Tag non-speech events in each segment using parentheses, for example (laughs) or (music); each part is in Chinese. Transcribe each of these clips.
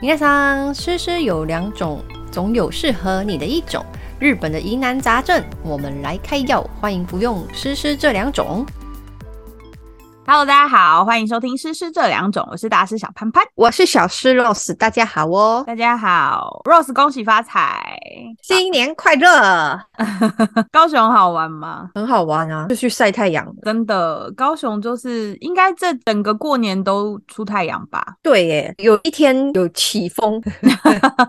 皆さん，诗诗有两种，总有适合你的一种。日本的疑难杂症，我们来开药，欢迎服用诗诗这两种。 Hello，大家好，欢迎收听《诗诗这两种》，我是大师小潘潘。我是小诗 Rose，大家好哦，大家好，Rose，恭喜发财！ (laughs) 新年快乐！高雄好玩吗？很好玩啊，就去晒太阳。真的，高雄就是应该这整个过年都出太阳吧？对耶，有一天有起 (laughs) 风，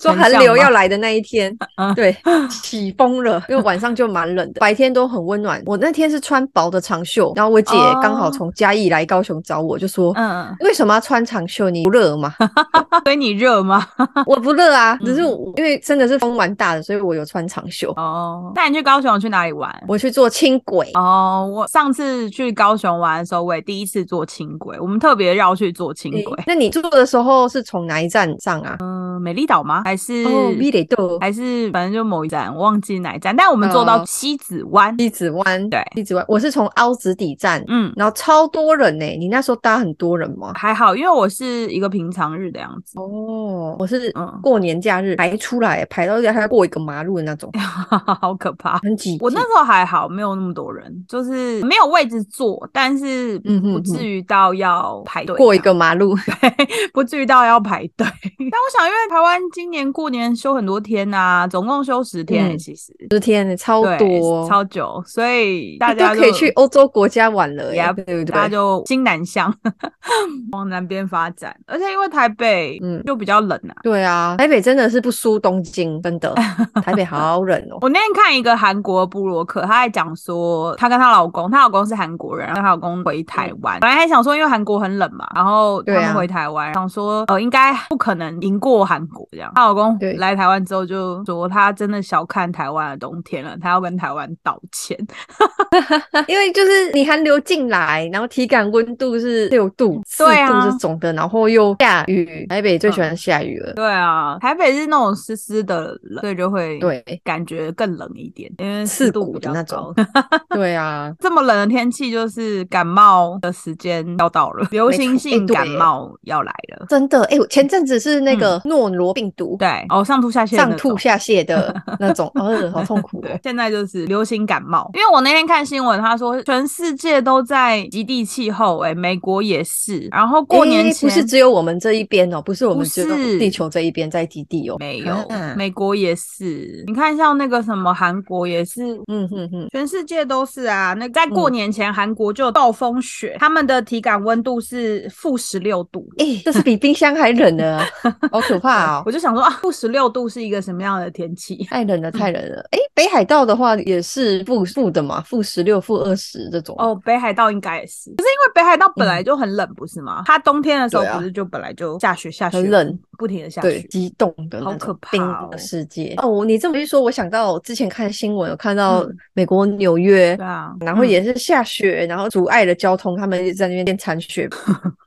说很像寒流吗要来的那一天嗯，对，起风了，因为晚上就蛮冷的，白天都很温暖。我那天是穿薄的长袖，然后我姐哦刚好从嘉义来高雄找我，就说。嗯，为什么要穿长袖？你不热吗？ (laughs) 所以你热吗？我不热啊，只是嗯我因为真的是风蛮大的，所以我有穿长袖。 (laughs) 哦，那你去高雄有去哪里玩？我去做轻轨，哦，我上次去高雄玩的时候，我也第一次坐轻轨，我们特别绕去坐轻轨诶。那你坐的时候是从哪一站上啊？嗯，美丽岛吗？还是哦，米雷豆、还是反正就某一站，我忘记哪一站，但我们坐到哦西子湾。西子湾，对西子湾，我是从凹子底站，嗯，然后超多人呢、你那时候搭很多人吗？还好，因为我是一个平常日的样子。哦，我是嗯， (laughs) 过年假日排出来，排到要还要过一个马路的那种，好可怕。很挤。哎我那时候还好，没有那么多人，就是没有位置坐，但是嗯哼不至于到要排队，过一个马路，不至于到要排队。 (laughs) 但我想，因为台湾今年过年休很多天呐、总共休十天、欸嗯其实十天超对多，超久，所以大都家就可以去欧洲国家玩了、欸， Yep，对不大家对？就新南向 (laughs) 往南边发展，而且因为台北嗯就比较冷啊。对啊，台北真的是不输东京，真 (laughs) 的，台北好冷哦。我那天看一个韩国布洛克，她在讲说，她跟她老公，她老公是韩国人，然后她老公回台湾，本来还想说，因为韩国很冷嘛，然后他嗯对啊们回台湾，想说，呃，应该不可能赢过韩国这样。她老公对来台湾之后就说，他真的小看台湾的冬天了，他要跟台湾道歉。 (laughs) 因为就是你寒流进来，然后体感温度是六度、四对啊度这种的，然后又下雨，台北最喜欢下雨了。对啊，台北是那种湿湿的冷，所以就会对感觉更冷一点，因为刺湿度骨比的较那高种。对啊， (laughs) 这么冷的天气，就是感冒的时间要到了，流行性哎对感冒要来了。 (laughs) 真的，哎、我前阵子是那个诺罗病毒，对，哦，上吐下泻的那上种，吐嗯下泻 (laughs) 的那种，呃，好痛苦对哦，。现在就是流行感冒，因为我那天看新闻，他说全世界都在极地气候、哎，美国也是，然后过年诶前、不是只有我们这一边哦，不是我不们只有是地球这一边在极地哦，没有，啊美国也是，你看像那个什么韩国也是，嗯哼哼，全世界都是啊，那在嗯过年前，韩国就有暴风雪，他们的体感温度是负十六度。哎、这是比冰箱还冷呢、啊，好可 (laughs) 怕哦，我就想说啊，负十六度是一个什么样的天气？太冷了，太冷了。哎、北海道的话也是负负的嘛，负十六、负二十这种。哦，北海道应该也是，可是因为北海道本来就很冷，不是吗？它冬天的时候嗯对啊不是就本来就下雪，下雪很冷，不停的下对，雪。激动的好那可种怕冰哦的世界哦！你这么一说，我想到我之前看新闻，有看到嗯美国纽约，对啊， (laughs) 然后也是下雪，然后阻碍了交通，他们一直在那边练铲雪，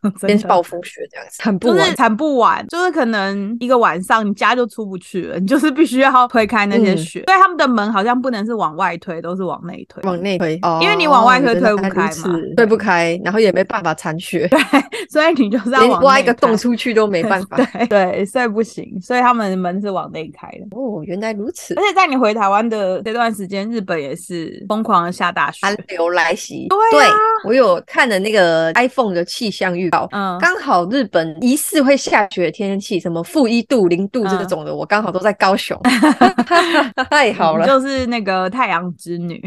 嗯真练的暴风雪这样子，很不就是完。铲不完，就是可能一个晚上你家就出不去了，你就是必须要推开那些嗯雪。所以他们的门好像不能是往外推，都是往内推。往内推，哦因为你往外推原来推不开嘛如此啊推不开，然后也没办法铲雪，所以你就是要连往挖一内个洞开出去都没 (laughs) 办法。对对，所以不行，所以他们的门是往内开的。哦，原来如此而，且在你回台湾的这段时间，日本也是疯狂的下大雪。寒流来袭。对啊我有看了那个 iPhone 的气象预报，嗯，刚好日本疑似会下雪的天气，什么负一度、零度这嗯种的，我刚好都在高雄，太好你了，就是那个太阳之女，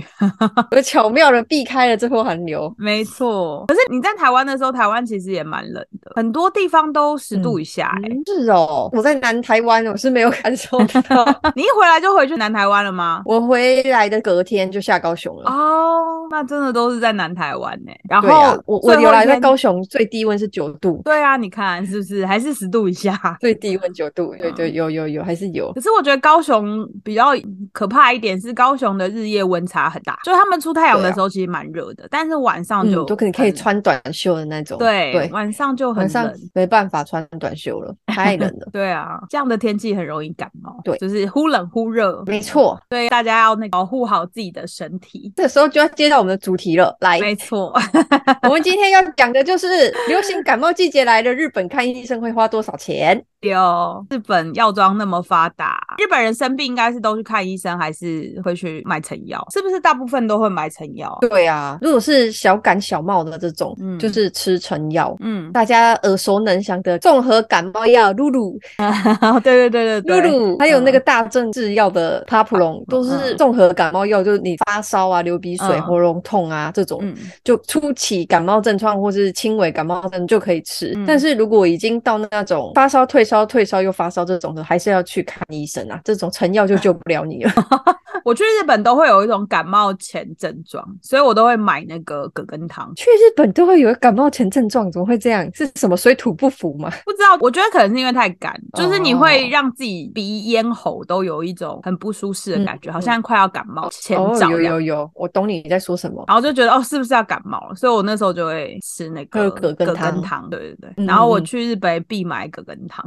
我巧妙的避开了这波寒流。没错。可是你在台湾的时候，台湾其实也蛮冷的，很多地方都十度以下、欸。嗯是哦，我在南台湾，我是没有感受到。你一回来就回去南台湾了吗？我回来的隔天就下高雄了。哦，那真的都是在南台湾呢、然对啊后，我最我后原来一在天高。雄最低温是九度，对啊，你看是不是还是十度以下？最低温九度，对对，有有有，还是有可。是我觉得高雄比较可怕一点是高雄的日夜温差很大，就他们出太阳的时候其实蛮热的，但是晚上就啊嗯，都可以可以很冷。穿短袖的那种。对，对，晚上就很晚上冷。。没办法穿短袖了，太冷了对啊，这样的天气很容易感冒。对就是忽冷忽热。没错，对，大家要那个保护好自己的身体。这时候就要接到我们的主题了。来，没错， (laughs) (laughs) 我们今天要讲的就是流行感冒季节来了，日本看医生会花多少钱？有日本药妆那么发达，日本人生病应该是都去看医生，还是会去买成药？是不是大部分都会买成药？对啊，如果是小感小冒的这种，嗯就是吃成药。嗯， (laughs) 大家耳熟能详的综合感冒药露露、对对对露对对，露，还有那嗯个大正制药的 p a p r o n 都是综合感冒药，就是你发烧啊、流鼻水、嗯喉咙痛啊这种，嗯就初期感冒症状或是轻微感冒症就可以吃。嗯但是如果已经到那种发烧、退烧、退烧又发烧这种的，还是要去看医生啊，这种成药就救不了你了。我去日本都会有一种感冒前症状，所以我都会买那个葛根汤。去日本都会有感冒前症状，怎么会这样？是什么水土不服 (laughs) 吗？不知道，我觉得可能是因为太赶，就是你哦会让自己鼻咽喉都有一种很不舒适的感觉，嗯好像快要感冒前哦，兆有一样。有有，我懂你在说什么。然后就觉得哦，是不是要感冒了？所以我那时候就会吃那个喝葛根汤汤，对对对。嗯然后我嗯去日本必买葛根 (laughs) 汤，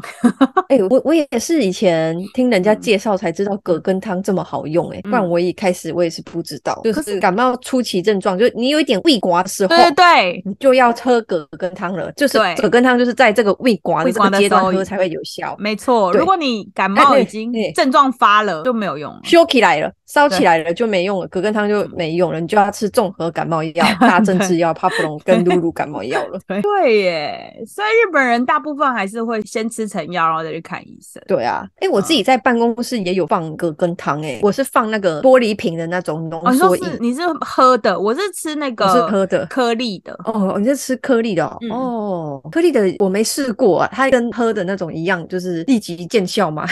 哎、我我也是以前听人家哦嗯介绍才知道葛根汤这么好用、哎、不然嗯我一开始我也是不知道，就可是感冒初期症状，就是你有一点胃刮的时候对。对对，你就要喝葛根汤了，就是对葛根汤就是在这个胃刮的胃这刮个的阶段时候嗯喝才会有效，没错。对如果你感冒哎已对经对症状发了，就没有用了。修起来了，烧起对嗯来了就没用了，葛根汤就没用了，你就要吃综合感冒 (laughs) 药、大正对制药、帕普隆跟露露感冒药了。对耶，所以日本人大部分还是会先吃成药，然后再去看医生。对啊，哎、我自嗯己在办公室也有放葛根汤，哎，我是放那个玻璃瓶的那种浓哦，你缩说饮，是你是喝的，我是吃那我是个喝的。颗粒的。哦，你是吃颗粒的哦？嗯哦，颗粒的我没试过、啊，它跟喝的那种一样，就是立即见效嘛。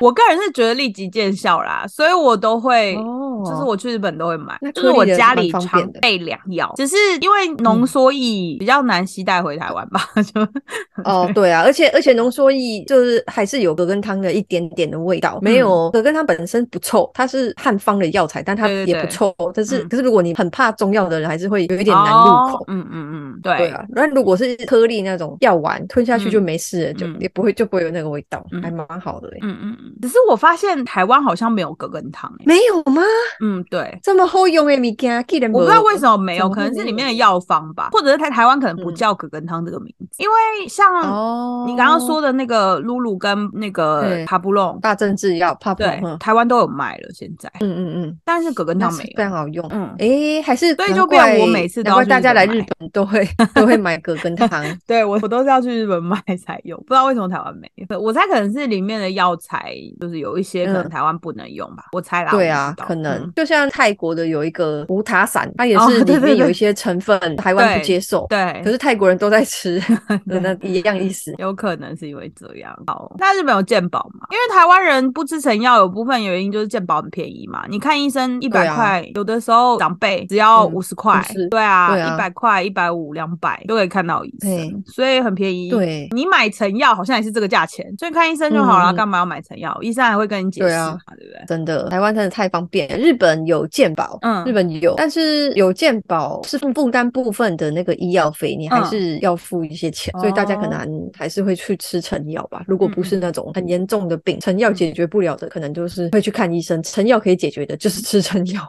我个人是觉得立即见效啦，所以我 (laughs) 都会。哦就是我去日本都会买那，就是颗我粒的家蛮里方便常的嗯备两药，只是因为浓缩液比较难携带回台湾吧， (laughs) 就哦，对啊，而且而且浓缩液就是还是有葛根汤的一点点的味道，没嗯有葛根汤本身不臭，它是汉方的药材，但它对对也不对臭。但是嗯可是如果你很怕中药的人，还是会有一点难入哦口。嗯嗯嗯，对对，啊，那如果是颗粒那种药丸，吞下去就嗯没事了，就嗯也不会就不会有那个味道，嗯还蛮好的欸。嗯嗯嗯。只是我发现台湾好像没有葛根汤、欸，没有吗？嗯，对，这么好用的物件，竟然我不知道为什么没有，呃怎么会可能是里面的没有药方吧，或者是台台湾可能不嗯叫葛根汤这个名字，因为像哦你刚刚说的那个露露跟那个对卡布隆，大正制药怕不对，嗯台湾都有卖了现在，嗯嗯嗯，但是葛根那汤是没非有。常好用。嗯，诶，还是所以难就变怪我每次都难要怪去大日家本来买日本都 (laughs) 会都会买葛根汤。对我我都是要去日本买才有，不知道为什么台湾没有。我猜可能是里面的药材就是有一些可能嗯台湾不能用吧，我猜啦。对我不啊知，道可能、嗯就像泰国的有一个无塔散，它也哦是对里对面有对一些成分台湾不对接受，对，可是泰国人都在 (laughs) 吃，对那一样意思。有可能是因为这样。好，那日本有健保吗？因为台湾人不吃成药，有部分原因就是健保很便宜嘛。你看医生一对百啊块，有的时候长辈只要嗯五十块50，对啊，对啊一百块、一百五、两百都可以看到医生对，所以很便宜。对你买成药好像也是这个价钱，所以看医生就好了，嗯嗯干嘛要买成药？医生还会跟你解释对啊嘛，对不对？真的，台湾真的太方便了。日本有健保，嗯日本有，但是有健保是负担部分的那个医药费，你还嗯是要付一些钱，所以大家可哦能还是会去吃成药吧。如果不嗯是那种很严重的病，成药解决不了的，可能就是会去看医生。成药可以解决的就是吃成 (laughs) 药。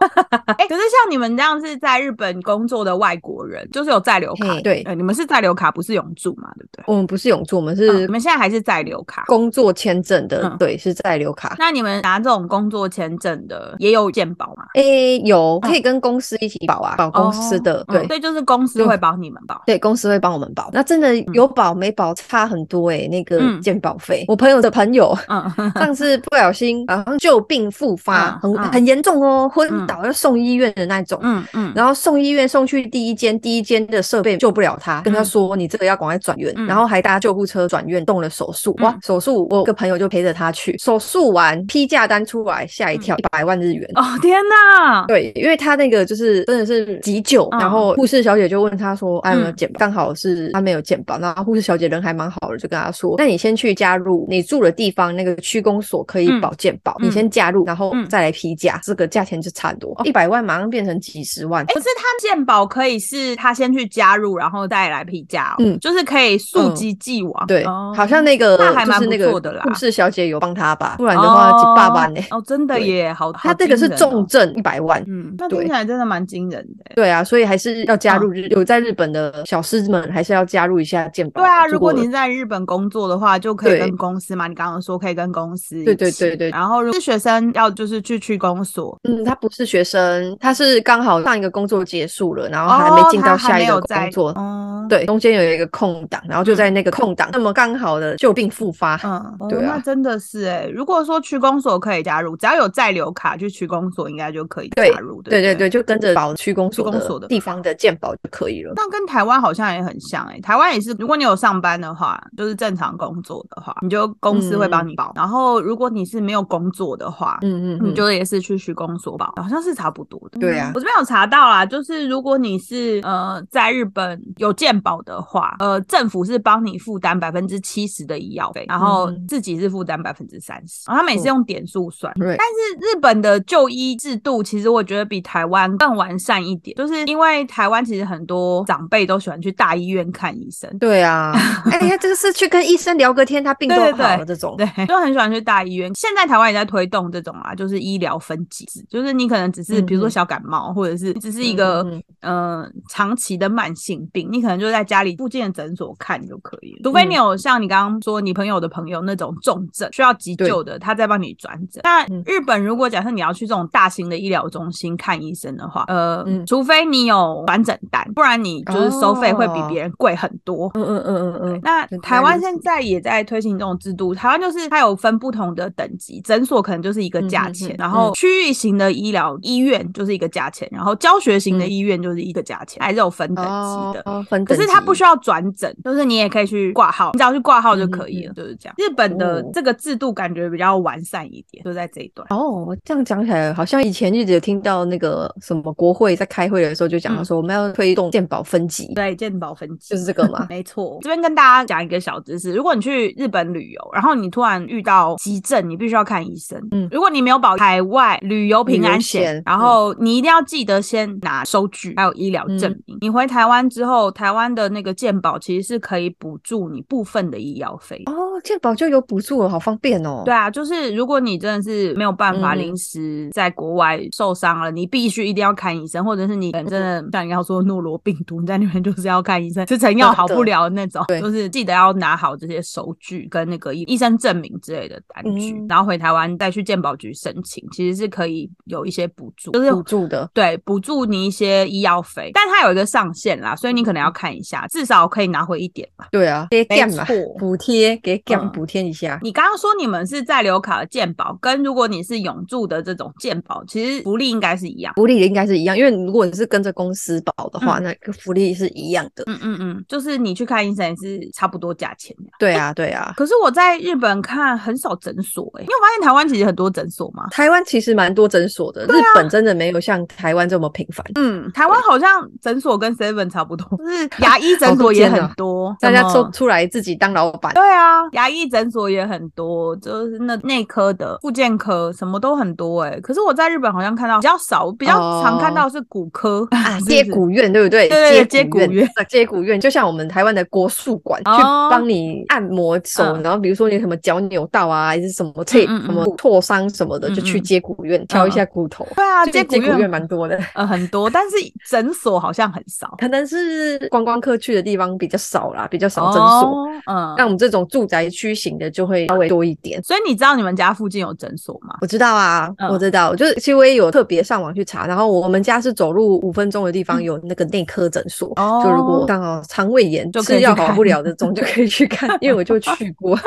哎、可是像你们这样是在日本工作的外国人，就是有在留卡嘿，对呃你们是在留卡，不是永住嘛，对不对？我们不是永住，我们嗯是你们现在还是在留卡，工作签证的，嗯对，是在留卡。那你们拿这种工作签证的也有健保吗？诶、有可以跟公司一起保啊，保公司的，嗯对。对，就是公司就会帮你们保。对，公司会帮我们保。那真的有保没保差很多诶、那个嗯健保费。我朋友的朋友嗯，上次不小心好像旧病复发，嗯很嗯很严重哦，嗯昏倒要送医院的那种。嗯嗯，然后送医院送去第一间，第一间的设备救不了他，跟他嗯说你这个要赶快转院，嗯然后还搭救护车转院，动了手术。哇嗯，手术我有个朋友就陪着他去，手术完批价单出来，吓一跳，一百万日元。哦天哪，对，因为他那个就是真的是急救，嗯然后护士小姐就问他说：“哎、有没有嗯健保？”刚好是他没有健保，然后护士小姐人还蛮好的，就跟他说：“那你先去加入你住的地方那个区公所可以嗯保健保，你嗯先加入，然后嗯哦再来批价，这个价钱就差很多，一、0百万马上变成几十万。哎可是他健保可以是他先去加入，然后再来批价、哦，嗯就是可以溯及既往。对，哦好像那个那还就蛮是不那错个的啦护士小姐有帮他吧，不然的话几百万呢。 (laughs) 哦，哦真的耶，好，他这个是好惊人哦重症一百万。嗯，那对听起来真的蛮惊人的欸。对啊，所以还是要嗯加入日、有在日本的小狮子们，还是要加入一下健保。对啊，如果你是在日本工作的话，就可以对跟公司嘛。你刚刚说可以跟公司一起，对对对对然后如果是学生，要就是去去公所，嗯，他不是学生，他是刚好上一个工作结束了，然后还哦没进他到还下没一个有在工作。哦，对，中间有一个空档，然后就在那个空档，那么刚好的旧病复发，嗯，哦对啊那真的是哎、如果说区公所可以加入，只要有在留卡去区公所，应该就可以对加入。对对对不对，就跟着保区公区公所所的的地方的健保就可以了。那跟台湾好像也很像哎、台湾也是，如果你有上班的话，就是正常工作的话，你就公司会帮你保。然后如果你是没有工作的话，嗯嗯你嗯，就也是去区公所保，好像是差不多的。嗯对啊我这边有查到啦，就是如果你是呃在日本有健保的话，呃政府是帮你负担百分之七十的医药费，然后嗯自己是负担百分之三十，然后他们也是哦用点数算。对但是日本的就医制度，其实我觉得比台湾更完善一点，就是因为台湾其实很多长辈都喜欢去大医院看医生，对 (laughs) 啊，哎呀，这个是去跟医生聊个天，他病都对对对好了这种。对，就很喜欢去大医院。现在台湾也在推动这种啦，就是医疗分级制，就是你可能只是嗯比如说嗯小感冒，或者是只是一嗯个嗯呃长期的慢性病，你可能就在家里附近的诊所看就可以了，除非嗯你有像你刚刚说你朋友的朋友那种重症需要急救的，他再帮你转诊。那嗯日本如果假设你要去这种大型的医疗中心看医生的话，呃，嗯除非你有转诊单，不然你就是收费会比哦别人贵很多。嗯嗯嗯嗯嗯，那原台来湾如现此在也在推行这种制度，台湾就是它有分不同的等级，诊所可能就是一个嗯价嗯钱，嗯然后区域型的医疗医院就是一个价钱，然后教学型的嗯医院就是一个价钱，还是有分等级的。哦，分可等是它不级需要转诊，就是你也可以去挂号，你只要去挂号就嗯嗯可以了，就是这样。日本的哦这个制度感觉比较完善一点，就在这一段。哦，这样讲起来，好像以前一直有听到那个什么国会在开会的时候就讲到嗯说我们要推动健保分级，对，健保分级。就是这个嘛没错，这边跟大家讲一个小知识：如果你去日本旅游，然后你突然遇到急症，你必须要看医生。嗯嗯，如果你没有保海外旅游平安旅游险险，嗯然后你一定要记得先拿收据，还有医疗证嗯明。你回台湾之后，台湾的那个健保其实是可以补助你部分的医药费。哦，健保就有补助了，好方便哦。对啊，就是如果你真的是没有办法嗯嗯临时在国外受伤了，你必须一定要看医生，或者是你可能嗯真的像你要说诺罗病毒，你在那边就是要看医生，吃成药真的好不了的那种，啊对就是记得要拿好这些收据跟那个医医生证明之类的单据，嗯然后回台湾再去健保局申请，其实是可以有一些补助，就是补助的，对，补助你一些医药费，但它有一个上限啦，所以你可能要看一下，至少可以拿回一点吧。对啊，给没 gam 嗯嘛错，补贴给 gam 嗯补贴一下。你刚刚说你们是在留卡的健保，跟如果你是永住的这种健保，其实福利应该是一样。福利应该是一样，因为如果你是跟着公司保的话，嗯那个福利是一样的。嗯嗯嗯，就是你去看医生也是差不多价钱的。对啊，对啊。可是我在日本看很少诊所、欸，哎，你有发现台湾其实很多诊所吗？台湾其实蛮多诊所的，啊日本真的没有像台湾这么频繁。嗯，台湾好像诊所跟 Seven 差不多，就是牙医诊所也很多，啊大家什么都出来自己当老板，对啊，牙医诊所也很多，就是那内科的、复健科什么都很多哎、可是我在日本好像看到比较少，我比较常看到是骨科哦啊， (laughs) 是不接是骨院对不对？对对接接骨院院，呃接骨院就像我们台湾的国术馆，去哦帮你按摩手嗯，然后比如说你什么脚扭到啊，还是什么脆嗯嗯什么骨挫伤什么的，嗯就去嗯接骨院挑一下骨头。 (laughs) 对啊，最近接骨骨院院蛮多 (laughs) 的，呃很多，但是诊所好像很少。可能是观光客去的地方比较少啦，比较少 (laughs) 诊所。哦，嗯，那我们这种住宅区型的就会稍微多一点。所以你知道你们家附近有诊所吗？我知道啊，嗯我知道，就是其实我也有特别上网去查，然后我们家是走路五分钟的地嗯方有那个内科诊所，哦就如果刚好肠胃炎就可以吃去药好看不了这种，就可以去看，因为我就 (laughs) 去过，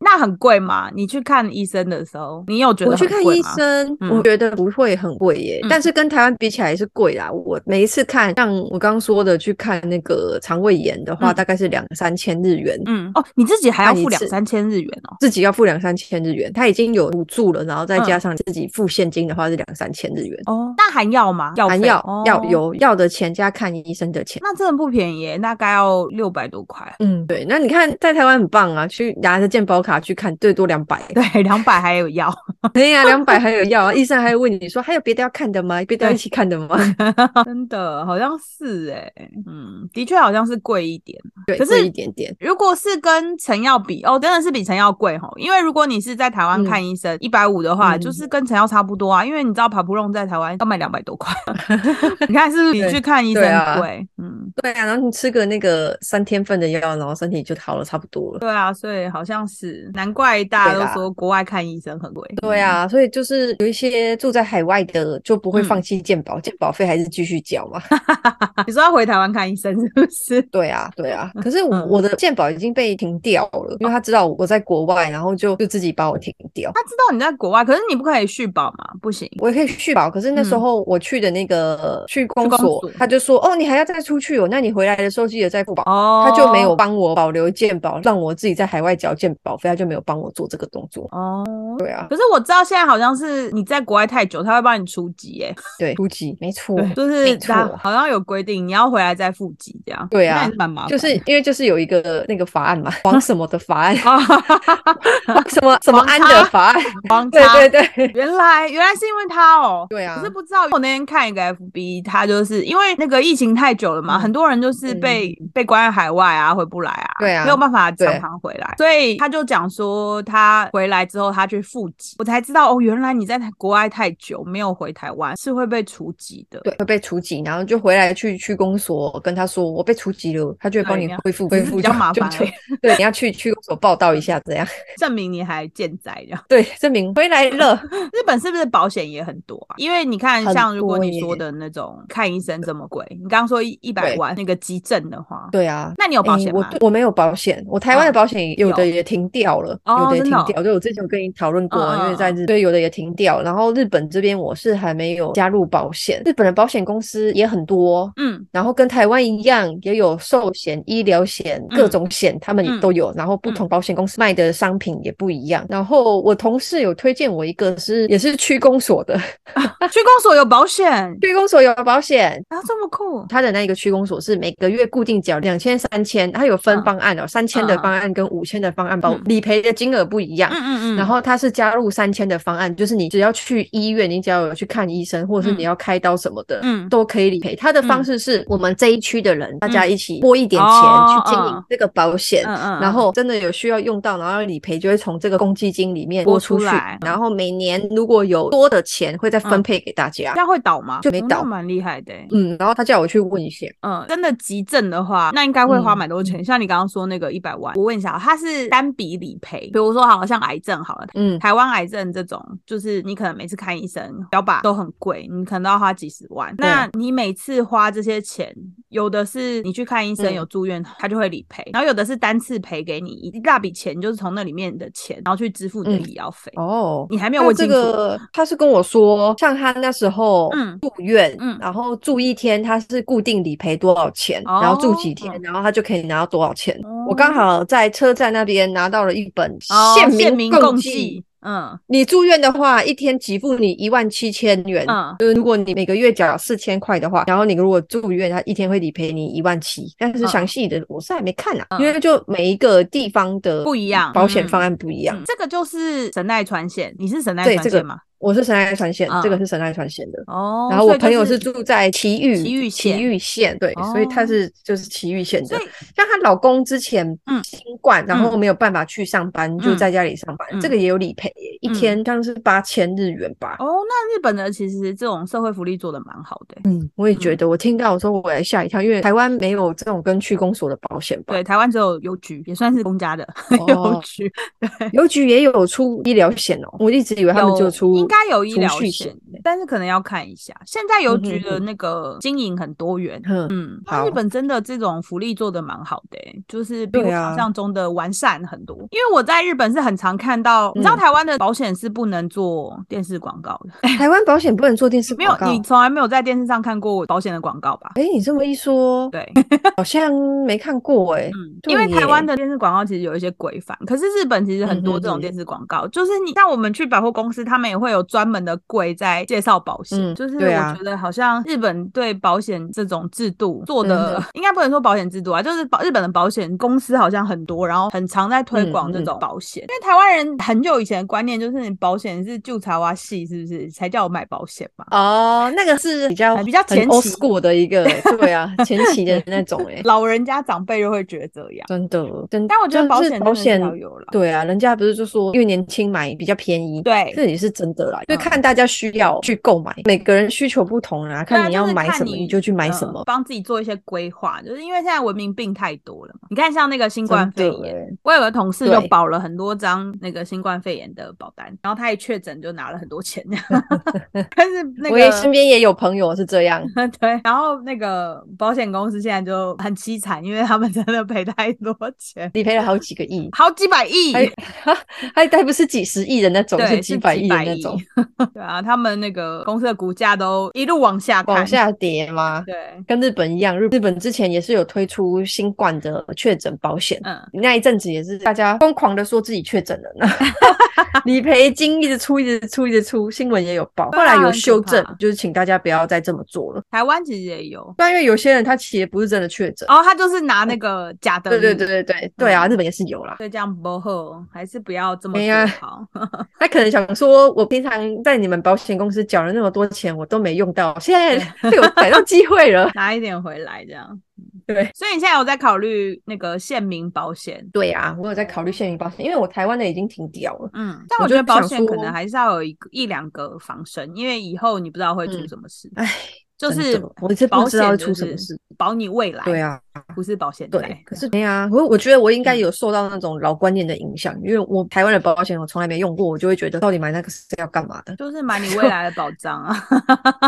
那很贵吗？你去看医生的时候，你有觉得我去很看贵医吗？生，嗯我觉得不会很贵耶，嗯但是跟台湾比起来是贵啦。我每一次看，像我刚刚说的去看那个肠胃炎的话，嗯大概是两三千日元。嗯，哦，你自己还要看一付两次三千日元哦。自己要付两三千日元，他已经有补助了，然后再嗯加上自己付现金的话是两三千日元。哦，那还要吗？药含费药哦要有药的钱加看医生的钱。那真的不便宜耶，大概要六百多块。嗯，对，那你看在台湾很棒啊，去拿着健保卡去看，最多 (laughs) 两百。对，两百还有药， (laughs) 对哎呀、两百还有药啊，医生还会问你说还有别的要看的吗？别的要一起看的 (laughs) 吗？真的好像是哎，嗯，的确好像是贵一点。对，可是贵一点点。如果是跟成药比，哦，真的是比成药贵吼。因为如果你是在台湾嗯看医生，一百五的话，嗯就是跟成药差不多啊，因因为你知道爬普弄在台湾要卖两百 (laughs) 多块，你看是不是比去看医生对啊贵？嗯，对啊，然后你吃个那个三天份的药，然后身体就好了差不多了。对啊，所以好像是难怪大家对都啦说国外看医生很贵。对啊，所以就是有一些住在海外的就不会嗯放弃健保，健保费还是继续缴嘛。 (laughs) 嗯， (laughs) 你说要回台湾看医生是不是？ (laughs) 对啊，对啊。可是我嗯我的健保已经被停掉了，因为他知道我在国外，然后就就自己把我停掉。他知道你在国外，可是你不可以续保嘛？不行。我也可以续保，可是那时嗯候我去的那个去公公所，所他就说哦，你还要再出去哦，那你回来的时候记得再付保。哦，他就没有帮我保留健保，让我自己在海外缴健保费，他就没有帮我做这个动作。哦。对啊，可是我知道现在好像是你在国外太久，他会帮你出籍耶、对，初级没错。就是没错他好像有规定，你要回来再复籍这样。对啊那也是蛮麻烦就的。是因为就是有一个那个法 (laughs) 案嘛，黄什么的法案，啊，哈 (laughs) 哈哈哈黄 (laughs) 什么什么黄安叉的法案，王对对差对，原来原来是因为他哦，对啊可是不知道。我那天看一个 FB，他就是因为那个疫情太久了嘛，嗯很多人就是被、被关在海外啊，回不来啊，对啊没有办法对常常回来，所以他就讲说他回来之后他去复籍，我才知道哦，原来你在国外太久没有回台湾是会被除籍的。对，会被除籍，然后就回来去去公所跟他说我被除籍了，他就会帮对你你要恢复只恢是复比就，较麻烦就而已就对，你要去去公所报道一下，这样 (laughs) 证明你还健在这样。对，证明回来了。日本是不是保险也很多啊？因为你看，很像如果多你说耶的那种看医生这么贵，你刚刚说一一百对万那个急症的话，对啊，那你有保诶险我吗？对我没有保险，我台湾的哦保险有的有也停掉了，哦有的也真停的哦掉。就我之前有跟你讨论过啊，因为在嗯嗯日对有的也停掉，然后日本这边我是还没有加入保险，日本的保险公司也很多。 (laughs) 嗯，然后跟台湾一样，也有寿险、医疗险、各嗯种险，他们也嗯都有。然后不同保险公司卖的商品也不一样。然后我同事有推荐我一个是，也是区公所的， (laughs) 去公所有保险区公所有保险，啊，这么酷他的那个区公所是每个月固定缴两千、三千，它有分嗯方案哦，三千的方案跟五千的方案，包嗯理赔的金额不一样嗯。嗯嗯，然后它是加入三千的方案，就是你只要去医院，你只要有去看医生，或者是嗯你要开刀什么的，嗯都可以理赔。它的方嗯式是我们这一区的人，大家一起拨一点哦钱去经嗯营这个保险。嗯嗯，然后真的有需要用到，然后理赔就会从这个公积金里面拨拨出出去来，然后每年如果有多的钱会再分嗯配给大家这。样会倒吗？就没哦那倒蛮厉害的欸。嗯，然后他叫我去问一下，嗯，真的急症的话，那应该会花嗯蛮多钱。像你刚刚说那个一百万，我问一下，它是单笔理赔，比如说好像癌症好了，嗯，台湾癌症这种，就是你可能每次看医生标靶都很贵，你可能都要花几十万。对那啊你每次花这些钱，有的是你去看医生嗯有住院，他就会理赔，然后有的是单次赔给你一大笔钱，就是从那里面的钱，然后去支付你的嗯医药费。哦，你还没有他问这清楚。个他是跟我说，像他那时候嗯住院，嗯然后住一天他是固定理赔多少钱，然后住几哦天，然后他就可以拿到多少钱。我刚哦好在车站那边拿到了一本哦县县民民共计。计，嗯你住院的话，一天给付你一万七千元，嗯，就是如果你每个月缴四千块的话，然后你如果住院，他一天会理赔你一万七。但是嗯详细的我是还没看啊，嗯因为就每一个地方的不一样保险方嗯案不一样。这个就是神奈川县，你是神奈对川这个县吗？我是神奈川县，这嗯个是神奈川县的。哦，然后所我以就朋友是住在埼玉，埼玉县埼玉县对，所以哦她是就是埼玉县所的以。像她老公之前嗯新冠，然后没有办法去上班，就嗯在家里上班，这嗯个也有理赔耶，一嗯天像是八千日元吧。哦，那日本的其实这种社会福利做的蛮好的欸、嗯，我也觉嗯得，我听到的时候我也吓一跳，因为台湾没有这种跟区公所的保险吧？对，台湾只有邮局，也算是公家的邮 (laughs) 哦 (laughs) 局，邮局也有出医疗险哦，我一直以为他们就有出，应该有医储疗蓄险险的，但是可能要看一下。现在邮局嗯哼的哼那个经营很多元，嗯嗯，那好日本真的这种福利做的蛮好的欸、就是比对我啊想象中的完善很多。因为我在日本是很常看到，你知道嗯台湾的保险是不能做电视广告的，台湾保险不能做电视没有广，告。你从来没有在电视上看过我保险的广告吧？哎，你这么一说，对，好像没看过哎。嗯，对因为台耶湾的电视广告其实有一些规范，可是日本其实很多这种嗯哼电视广告，就是你像我们去百货公司，他们也会有专门的柜在介绍保险，嗯就是我对啊觉得好像日本对保险这种制度做的，嗯应该不能说保险制度啊，就是保日本的保险公司好像很多，然后很常在推嗯广这种保险，因为台湾人很久以前的观念就是你保险是旧茶哇系是不是才叫我买保险嘛？哦，那个是比较呃比较很前 old 期 school 的一个，对啊， (laughs) 前期的那种哎、老人家长辈就会觉得这样，真的，真但我觉真的得保是险保真的是要险，有了。对啊，人家不是就说因为年轻买比较便宜，对这也是真的啦，因为嗯看大家需要，去购买。每个人需求不同啊，对啊看你要买什么就是看你就去买什么呃。帮、自己做一些规划。就是因为现在文明病太多了嘛，你看像那个新冠肺真的炎，欸我有个同事就对保了很多张那个新冠肺炎的保单，然后他一确诊就拿了很多钱， (laughs) 但是那我也身个。边也有朋友是这样， (laughs) 对，然后那个保险公司现在就很凄惨，因为他们真的赔太多钱，理赔了好几个亿，好几百亿。还还还不是几十亿的那种，对，哎是是几百亿的那种，几百亿。 (laughs) 对啊，他们那个公司的股价都一路往下看往。下跌吗？对，跟日本一样，日日本之前也是有推出新冠的确诊保险，嗯，那一阵子也是大家疯狂的说自己确诊了呢， (laughs) 理赔金一直出，一直出，一直出，新闻也有报，对啊后来有修正很可怕，就是请大家不要再这么做了。台湾其实也有。但因为有些人他其实不是真的确诊，哦，嗯他就是拿那个假的。对对对。对对对啊，日本也是有啦。所以这样不好，还是不要这么哎呀做好。他可能想说，我平常在你们保险公司缴了那么多钱，我都没用到，现 (laughs) 在被我逮到机会了。拿一点回来，这样。嗯 (laughs) 对所以你现在有在考虑那个县民保险？对啊，我有在考虑限民保险，因为我台湾的已经停掉了。嗯，但我我觉就得保想险可说能还是要有一个一两个防身，因为以后你不知道会出嗯什么事。唉，就真是的我是不保知道险会就出什么是事保你未来。对，啊，不是保险对带，？可是对啊，我我觉得我应该有受到那种老观念的影响，因为我台湾的保险我从来没用过，我就会觉得到底买那个是要干嘛的就是买 (laughs) 你未来的保障啊。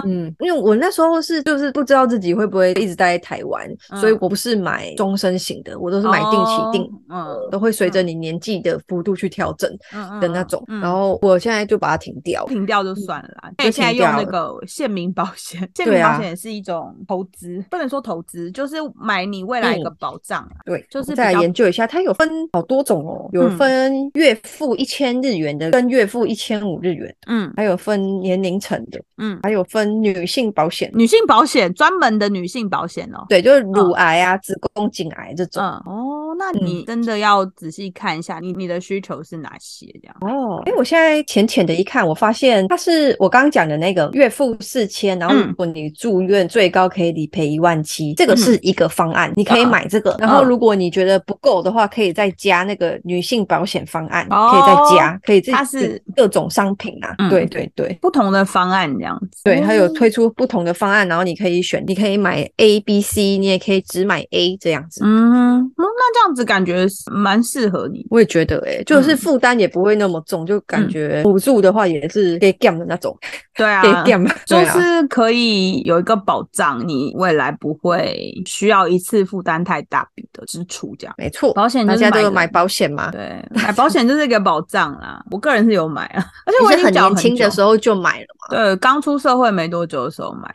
嗯，因为我那时候是就是不知道自己会不会一直待在台湾，所以嗯我不是买终身型的，我都是买定期定。哦，都会随着嗯你年纪的幅度去调整嗯的那种，嗯嗯然后我现在就把它停掉。停掉嗯就算了啦。就那你现在停用掉那了个县民保险， (laughs) 县对民保啊险也是一种投资，不能说投资，就是买你未来一个保障啊。对，就是我再比来较研究一下，它有分好多种哦，有嗯分月付一千日元的，跟月付一千五日元的，嗯还有分年龄层的，嗯，还有分女性保险。女性保险专门的女性保险哦。对，就是乳癌啊、子宫颈癌这种。嗯哦，那你真的要仔细看一下你你的需求是哪些这样。哦，哎，我现在浅浅的一看，我发现它是我刚刚讲的那个月付四千，然后嗯如果你住院最高可以理赔一万七，这个嗯是一个方案，你可以嗯买这个。然后嗯如果你觉得不够的话，可以再加那个女性保险方案，可哦以再加，可以自它己是各种商品啊。嗯对对对。不同的方案这样子，对，它有哦推出不同的方案，然后你可以选，你可以买 A、B、C，你也可以只买 A 这样子。嗯，嗯那这样子感觉是蛮适合你。我也觉得、欸，就是嗯负担也不会那么重，就感嗯觉补助的话也是给 gam 的那种，对啊给，gam，就对啊是可以有一个保障，你未来不会需要一次负担太大笔的支出这样。没错，保险就大是家都有个买保险嘛，对，买保险就是一个保障啦。我个人是有买啊，而且我你是已经很缴年轻的时候，候就买了嘛。对，刚出社会没多久的时候买，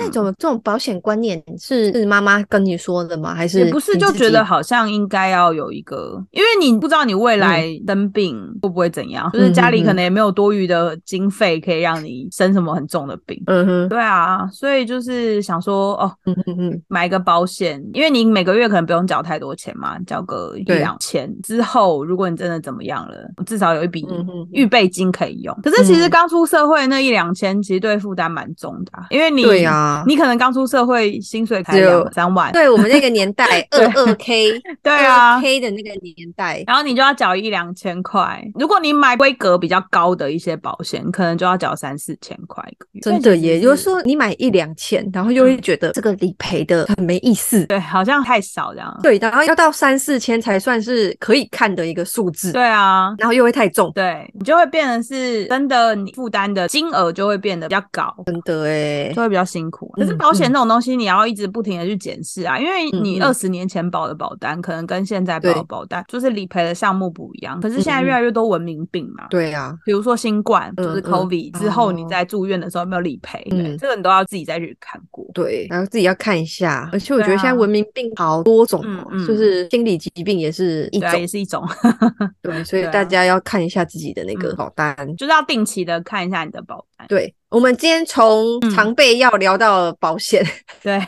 那种这种保险观念是是妈妈跟你说的吗？还是也不是你就自己觉得好像应该要有一个，因为你不知道你未来嗯生病会不会怎样，就是家里可能也没有多余的经费可以让你生什么很重的病。嗯哼对啊，所以就是想说，哦，嗯哼嗯买个保险，因为你每个月可能不用缴太多钱嘛，缴个一对两千之后，如果你真的怎么样了，至少有一笔嗯哼预备金可以用。可是其实嗯刚出社会那一两千，其实对负担蛮重的啊、因为你对啊你可能刚出社会薪水才只有两三万，对我们那个年代二二 (laughs) k 对啊。 k 的那个年代，然后你就要缴一两千块，如果你买规格比较高的一些保险，可能就要缴三四千块一个月。真的所以其实耶，有是时候你买一两千，然后又会觉得这个理赔的很没意思。对，好像太少这样。对，然后要到三四千才算是可以看的一个数字，对啊，然后又会太重，对你就会变成是真的，你负担的金额就会变得比较高，真的哎就，会比较辛苦。可是嗯保险这种东西，你要一直不停的去检视啊，因为你嗯嗯二十年前保的保单，可能跟现在保的对保单就是理赔的项目不一样。可是现嗯在嗯越来越多文明病嘛。对啊，比如说新冠，就是嗯嗯 COVID 之后，你哦在住院的时候有没有理赔？对，嗯这个你都要自己再去看过。对，然后自己要看一下，而且我对觉得现在啊文明病好多种哦，嗯嗯就是心理疾病也是一对种，啊，也是一种， (laughs) 对，所以对啊大家要看一下自己的那个嗯保单。就是要定期的看一下你的保单。对，嗯 (laughs) 我们今天从常备药聊到保险，对，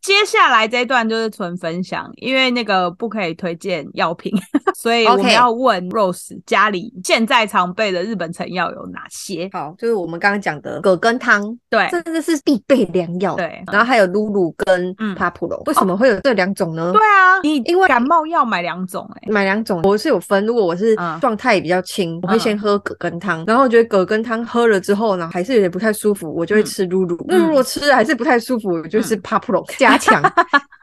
接下来这一段就是纯分享，因为那个不可以推荐药品， (laughs) 所以我们 OK 要问 Rose 家里现在常备的日本成药有哪些？ (laughs) 好，就是我们刚刚讲的葛根汤，对这个是必备良药。对然后还有露露跟嗯帕普罗，为什么会有这两种呢？对啊，你因为嗯感冒药买两种哎、买两种，我是有分。如果我是嗯状态比较轻，我会先喝葛根汤，然后我觉得葛根汤喝了之后呢，还是有点不太舒服，我嗯就会吃露露。那、如果吃了还是不太舒服，我就吃帕普龙加 (laughs) 强。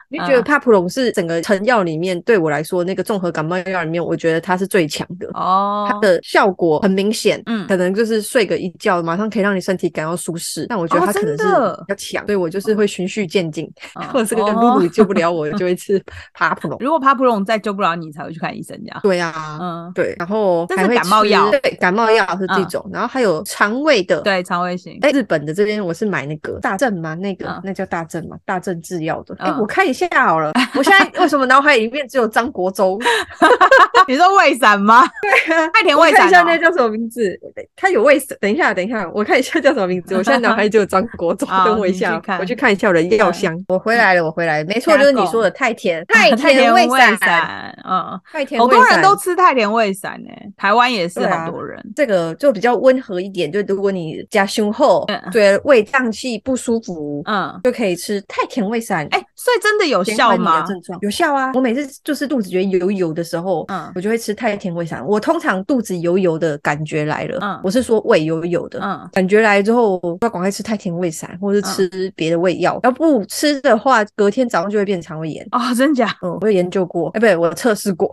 你觉得嗯帕普龙是整个成药里面对我来说，那个综合感冒药里面，我觉得它是最强的。哦，它的效果很明显，嗯可能就是睡个一觉，马上可以让你身体感到舒适。但我觉得哦它可能是真的比较强，所以我就是会循序渐进。(laughs) 嗯或者是个露哦露救不了我，我就会吃帕普 (laughs) 龙。如果帕普隆再救不了你，才会去看医生这样。对啊，嗯，对，然后这还是会感冒吃药对，感冒药嗯是这种，然后还有肠胃的，。对，肠胃型。哎，日本的这边我是买那个大正嘛，那个、嗯那叫大正嘛，大正制药的。哎、嗯我看一下好了，我现在为什么脑海里面只有张国忠？啊你说胃散吗？太田啊我胃看散一下哦、那叫什么名字？哎他有卫生。等一下，等一下，我看一下叫什么名字。我现在脑海里只有张国 (laughs) 忠。好等我一你下去，看哦我去看一下我的药箱。我回来了，我回来了，没错，就是你说的太甜， (laughs) 太甜胃胃散，散，嗯，太甜好胃多人散都吃太田胃散哎、台湾也是对啊好多人。这个就比较温和一点，就如果你加胸后，嗯对胃胀气不舒服，嗯，就可以吃太甜胃散，哎、所以真的有减效缓你的吗？症状有效啊！我每次就是肚子觉得油油的时候，嗯我就会吃太甜胃散。我通常肚子油油的感觉来了，嗯我是说胃油油的。嗯，感觉来之后，我要赶快吃太甜胃散，或是吃别的胃药。要不吃的话，隔天早上就会变肠胃炎。哦，真假？嗯，我有研究过，哎、不对，我测试过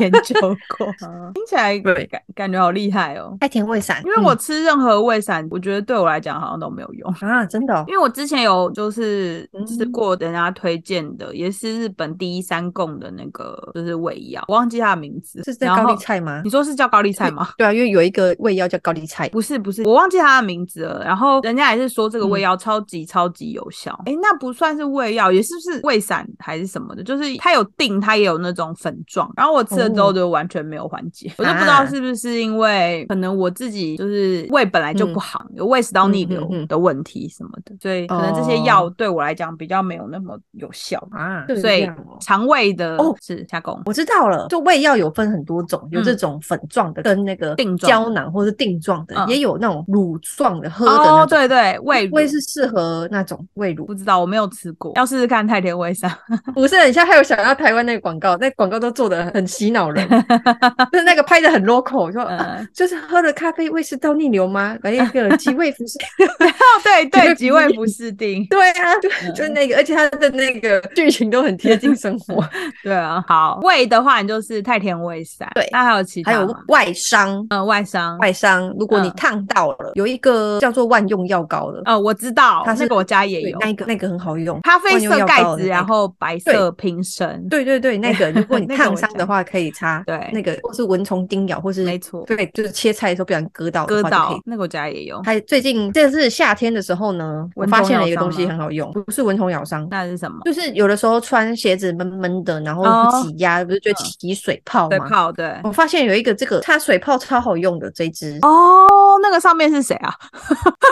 研究 (laughs) 过，听起来 (laughs) 对嗯嗯感感觉好厉害哦。太甜胃散，哎因为我吃任何胃散，我觉得对我来讲好像都没有用。嗯啊，真的、哦，因为我之前有就是嗯吃过人家推荐的，也是日本第一三贡的那个就是胃药，我忘记它的名字。是在然高后丽菜吗你？说是叫高丽菜吗？对啊，因为有一个胃药叫高丽菜，不是不是，我忘记它的名字了。然后人家也是说这个嗯胃药超级超级有效。哎、那不算是胃药，也是不是胃散还是什么的？就是它有定，它也有那种粉状。然后我吃了之后哦就完全没有缓解，我就不知道啊是不是因为可能我自己就是胃本来就不好，有胃食道逆嗯流嗯嗯的问题什么的，所以可能这些哦药对我来讲比较没有那么有效。啊，所以肠胃的哦是加工，我知道了，就胃药有分很多种，有这种粉状的，跟那个嗯定状的胶囊或是定状的，嗯也有那种乳状的喝的哦那，种。对对，胃乳胃是适合那种胃乳不，知道，我没有吃过，要试试看太田胃 (laughs) 散。不是很像。还有想到台湾那个广告，那广告都做的很洗脑 (laughs) 人，就是那个拍的很 local，说、啊嗯就是喝了咖啡胃食道逆流吗？来 (laughs) 一个极胃服是，对对，极极味味不。不适定对啊，就嗯就那个，而且它的那个剧情都很贴近生活。对啊，好，胃的话，你就是太田胃散。对那还有其他还有吗外伤，呃外伤。外伤，如果你嗯烫到了，有一个叫做万用药膏的，呃，我知道，它是那个我家也对，有，那一个那个很好用，咖啡万用色药盖膏的子，那然个后白色瓶身。对对对，那 (laughs) 个如果你那个我烫伤的话可以擦，对那个或是蚊虫叮咬，或是没错对，就是切菜的时候不小心割到割的话就可到以。那个我家也有，还最近这是夏天的时候呢，我蚊发虫现了咬一个伤东西吗很好用，不是蚊虫咬伤。那是什么？就是有的时候穿鞋子闷闷的，然后哦挤压，不是就嗯起水泡对吗？泡对。我发现有一个这个擦水泡超好用的这一支，哦，那个上面是谁啊？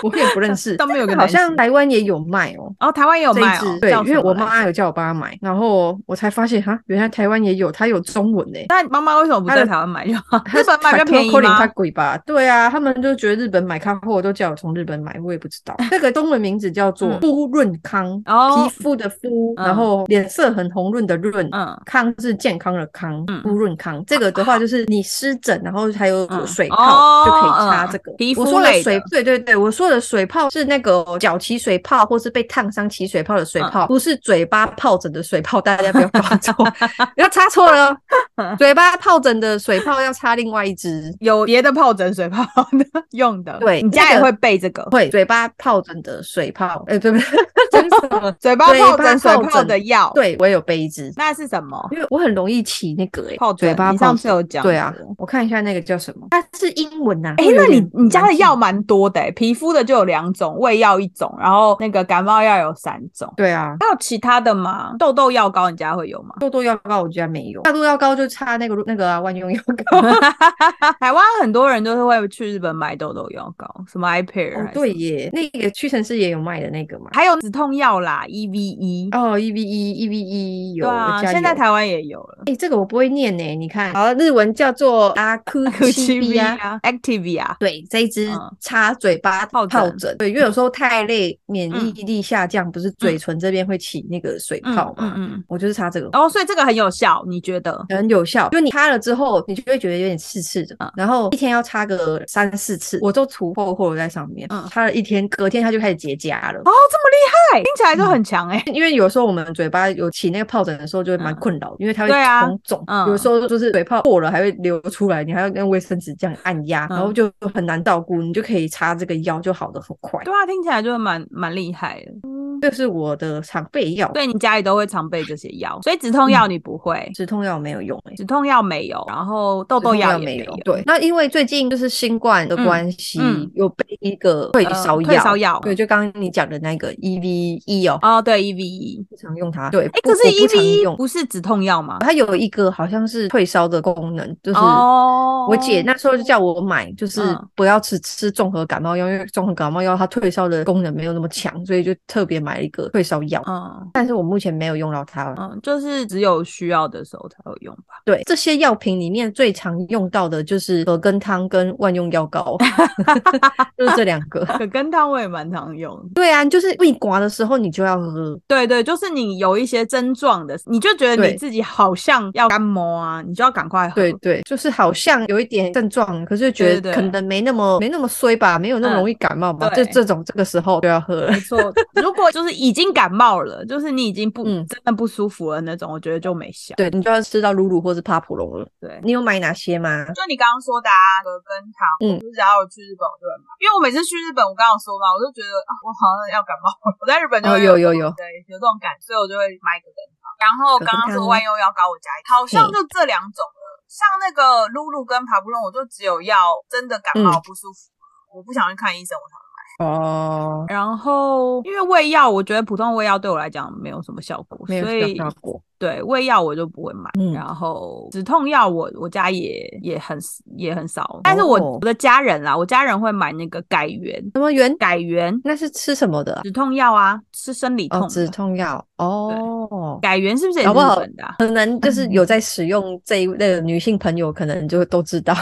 我也不认 (laughs) 识，上面有个好男像生台湾也有卖哦。哦，台湾也有这一卖支哦。对叫，因为什么我来妈着。有叫我爸买，然后我才发现哈，原来台湾也有，它有中文呢、欸。那妈妈为什么不它在的台湾买就好？日本买比较便宜它吗？贵吧？对啊，他们就觉得日本买康货都叫我从日本买，我也不知道。 (laughs) 这个中文名字叫做嗯肤润康，哦皮肤的肤，嗯然后脸色很红润的润。嗯，康是健康的康嗯，肤润康。这个的话就是你湿疹，然后还有嗯水哦泡就可以擦嗯这个。皮肤我说的类的水，对对对，我说的水泡是那个脚起水泡或是被烫伤起水泡的水嗯泡，不是嘴巴疱疹的水泡，大家不要搞 (laughs) 错，不要擦错了哦。嘴巴疱疹的水泡要擦另外一支。有别的疱疹水泡的 (laughs) 用的，对你家那也个会备这个？会嘴巴疱疹的水泡，哎、对不对？真的，嗯嘴巴呃嘴疱巴疹水疱泡疹的药，，对我也有背一支，那是什么？因为我很容易起那个、哎，疱疹嘴巴你疱上次疹。有讲对啊过，我看一下那个叫什么，它是英文呐、啊。哎、会有那你点你家的难记药？蛮多的、欸，皮肤的就有两种，胃药一种，然后那个感冒药有三种，对啊，还有其他的吗？痘痘药膏你家会有吗？痘痘药膏我家没有，大痘药膏就擦那个那个啊万用药 (laughs) 膏。啊台湾很多人就是会去日本买痘痘药膏，什么 i p a r 哦，对耶，那个屈臣氏也有卖的那个嘛。还有止痛痛药啦，E V E。哦，E V E E V E 有，对啊，我家现在有台湾也有了 (laughs) 哎、这个我不会念呢、你看，好，日文叫做阿库奇比 v 亚。啊，Activia。对，这一支嗯插嘴巴疱疱疹疹，对，因为有时候太累，免嗯疫力下降，不是嘴唇这边会起那个水嗯泡嗯嘛？嗯，我就是擦这个。哦，所以这个很有效，你觉得？很有效，就你擦了之后，你就会觉得有点刺刺的，然后一天要擦个三四次，我都涂厚厚的在上面，嗯擦了一天，隔天它就开始结痂了。哦，这么厉害，听起来就很强哎、因为有时候我们嘴巴有起那个疱疹的时候，就会蛮嗯困扰，因为它对啊会红肿，嗯有时候就是嘴泡破了还会流出来，你还要用卫生纸这样按压，然后嗯就很难照顾，你就可以擦这个药就好的很快。对啊，听起来就蛮蛮厉害的。这是我的常备药，对你家里都会常备这些药，所以止痛嗯药你不会，止痛药没有用、欸，止痛药没有，然后痘痘药也没有有。。对，那因为最近就是新冠的关系，嗯嗯有备一个退烧药，呃退烧药对，就刚刚你讲的那个 E V E 哦，哦，对，E V E。不常用它。对，哎，不可是我 E 不 V 常 E 用，不是止痛药吗？它有一个好像是退烧的功能，就是。哦，我姐那时候就叫我买，就是嗯不要吃吃综合感冒药，因为综合感冒药它退烧的功能没有那么强，所以就特别买了一个退烧药。嗯但是我目前没有用到它。嗯，就是只有需要的时候才会用吧。对，这些药品里面最常用到的就是葛根汤跟万用药膏， (laughs) 就是这两个。 (laughs) 可跟汤我也蛮常用的。对啊，就是胃刮的时候你就要喝，对对，就是你有一些症状的，你就觉得你对自己好像要干冒啊，你就要赶快喝。对对，就是好像有一点症状，可是觉对对得嗯可能没那么没那么衰吧，没有那么容易感冒吧，对这这种这个时候就要喝了没。错，如果就是已经感冒了，就是你已经不、嗯真的不舒服了那种，我觉得就没效。对你就要吃到露露或是帕普龙了。对你有买哪些吗？就你刚刚说的啊，葛根汤，嗯我就只要有去日本我就会买，因为我每次去日本，我刚刚有说嘛，我就觉得啊，我好像要感冒了。我在日本就哦会有有有有对有这种感，所以我就会买葛根汤。然后葛根刚刚说汤万用药膏，我加一好像就这两种了。像那个露露跟爬布隆，我就只有要真的感嗯冒不舒服，我不想去看医生，我才会哦，买。然后因为胃药，我觉得普通胃药对我来讲没有什么效果，没有所吃以到效果。对胃药我就不会买，嗯然后止痛药我我家也也很也很少，但是我、哦我的家人啦，我家人会买那个改元什么原？改元那是吃什么的啊？止痛药啊，吃生理痛哦，的止痛药。哦，改元是不是也搞是日不好本的啊、可能就是有在使用这一类的女性朋友，可能就都 (laughs) 知道。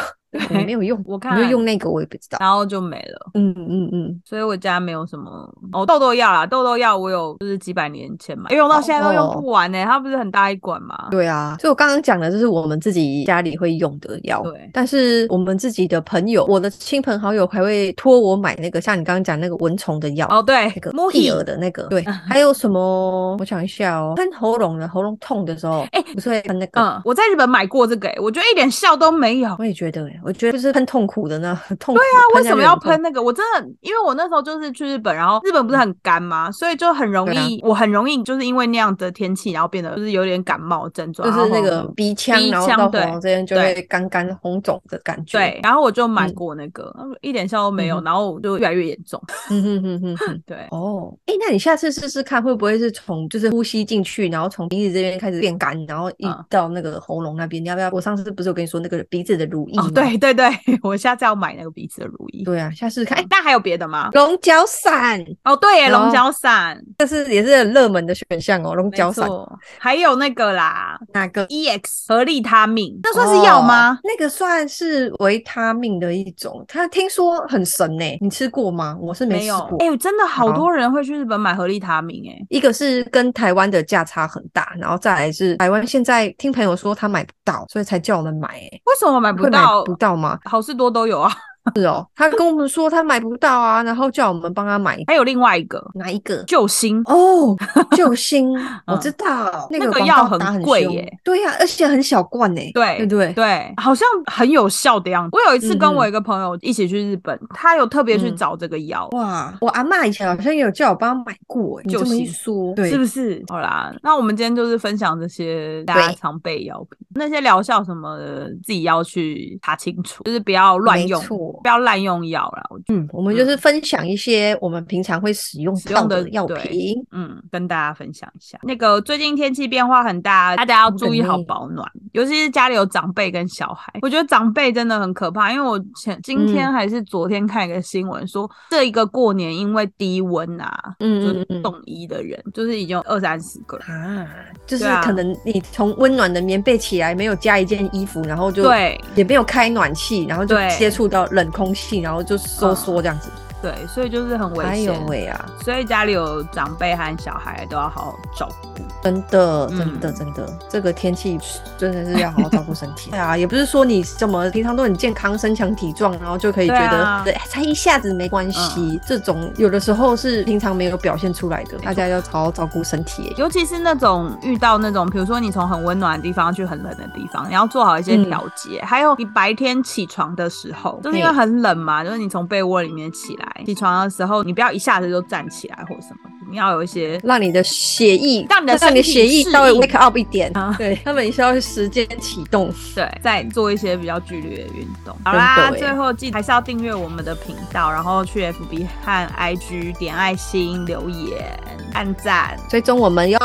我没有用，我我看就用那个，我也不知道。然后就没了，嗯嗯嗯，所以我家没有什么哦痘痘药啦，痘痘药我有就是几百年前买，因为用到现在都用不完呢、它不是很大一管吗？哦对啊，所以我刚刚讲的就是我们自己家里会用的药，对但是我们自己的朋友，我的亲朋好友还会托我买那个，像你刚刚讲那个蚊虫的药。哦对那个，木嗯屁耳儿的那个，对，还有什么？我想一下哦，喷喉咙的，喉咙痛的时候，哎不是会喷那个？嗯，我在日本买过这个、欸，我觉得一点效都没有。我也觉得、欸，我觉得就是喷痛苦的呢，很 (laughs) 痛苦。对啊为什么要喷？那个？我真的，因为我那时候就是去日本，然后日本不是很干吗？所以就很容嗯对啊易，我很容易就是因为那样的天气，然后变得就是有点感冒症状，就是然后那个鼻腔，哦鼻然后腔到喉对咙这边就对会干干红肿的感觉。对，，然后我就买嗯过那个，然后一点效都没有，嗯哼然后我就越来越严重。嗯哼哼哼哼。对，哦，哎，那你下次试试看，会不会是从就是呼吸进去，然后从鼻子这边开始变干，然后一嗯到那个喉咙那边？你要不要？我上次不是有跟你说那个鼻子的乳液吗哦，？对对对，我下次要买那个鼻子的乳液。对啊，下次试试看。哎，那还有别的吗？龙角散，哦，对耶，有龙角散，这是也是很热门的选项哦。龙没角散错，还有那个啦哪个？ ，EX 合利他命，那算是药吗哦？那个算是维他命的一种，它听说很神呢、你吃过吗？我是没试有，过。啊哎，真的好好多人会去日本买合利他命，哎，一个是跟台湾的价差很大，然后再来是台湾现在听朋友说他买不到，所以才叫我们买、欸。为什么买会不买到？不到吗？好事多都有啊， (laughs) 是哦，他跟我们说他买不到啊，然后叫我们帮他买还有另外一个哪一个？救星，哦，救星， (laughs) 我嗯知道那那个个广药告很打很贵凶耶，对呀、而且很小罐呢、对对不对？对，好像很有效的样子。我有一次跟嗯嗯我一个朋友一起去日本，他有特别去嗯找这个药，哇，我阿嬷以前好像也有叫我帮她买过、欸，你救这么一星说，对，是不是？好啦，那我们今天就是分享这些大家对常备药品，那些疗效什么的，自己要去查清楚，就是不要乱没用错。错。不要滥用药啦，我觉嗯，我们就是分享一些我们平常会使用使到用的药对品。得嗯，跟大家分享一下。那个最近天气变化很大，大家要注意好保暖，尤其是家里有长辈跟小孩。我觉得长辈真的很可怕，因为我前今天嗯还是昨天看一个新闻说，这一个过年因为低温啊，就嗯是嗯嗯。送医的人就是已经有二三十个人。啊，就是对啊可能你从温暖的棉被起来，没有加一件衣服，然后就对也没有开暖气，然后就对接触到冷空气，然后就收缩这样子。对，所以就是很危哎呦险。喂啊，所以家里有长辈和小孩都要好好照顾。真的嗯真的真的，这个天气真的是要好好照顾身 (laughs) 体。对啊，也不是说你什么平常都很健康、身强体壮，然后就可以觉对啊嗯得对哎才一下子没关系。这种有的时候是平常没有表现出来的，大家要好好照顾身体、尤其是那种遇到那种，比如说你从很温暖的地方去很冷的地方，你要做好一些调节。还有你白天起床的时候，就是因为嘿很冷嘛，就是你从被窝里面起来，起床的时候你不要一下子就站起来或什么，你要有一些让你的血液，让你的身体血液适稍微应 wake up 一点啊。对他们需要时间启动。对，再做一些比较剧烈的运动。真好的啦，耶最后记还是要订阅我们的频道，然后去 FB 和 IG 点爱心留言、按赞。追踪我们哟，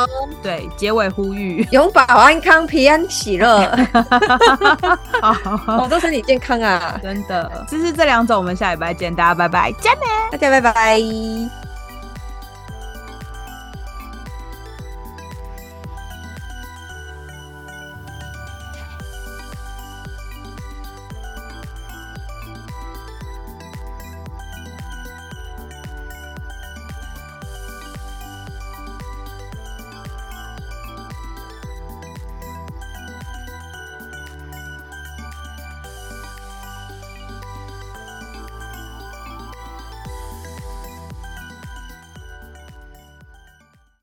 对，结尾呼吁。 (laughs) 永保安康、平安喜乐，好保哦重身体健康啊！真的，这是这两种，我们下礼拜见，大家拜拜，加大家拜拜。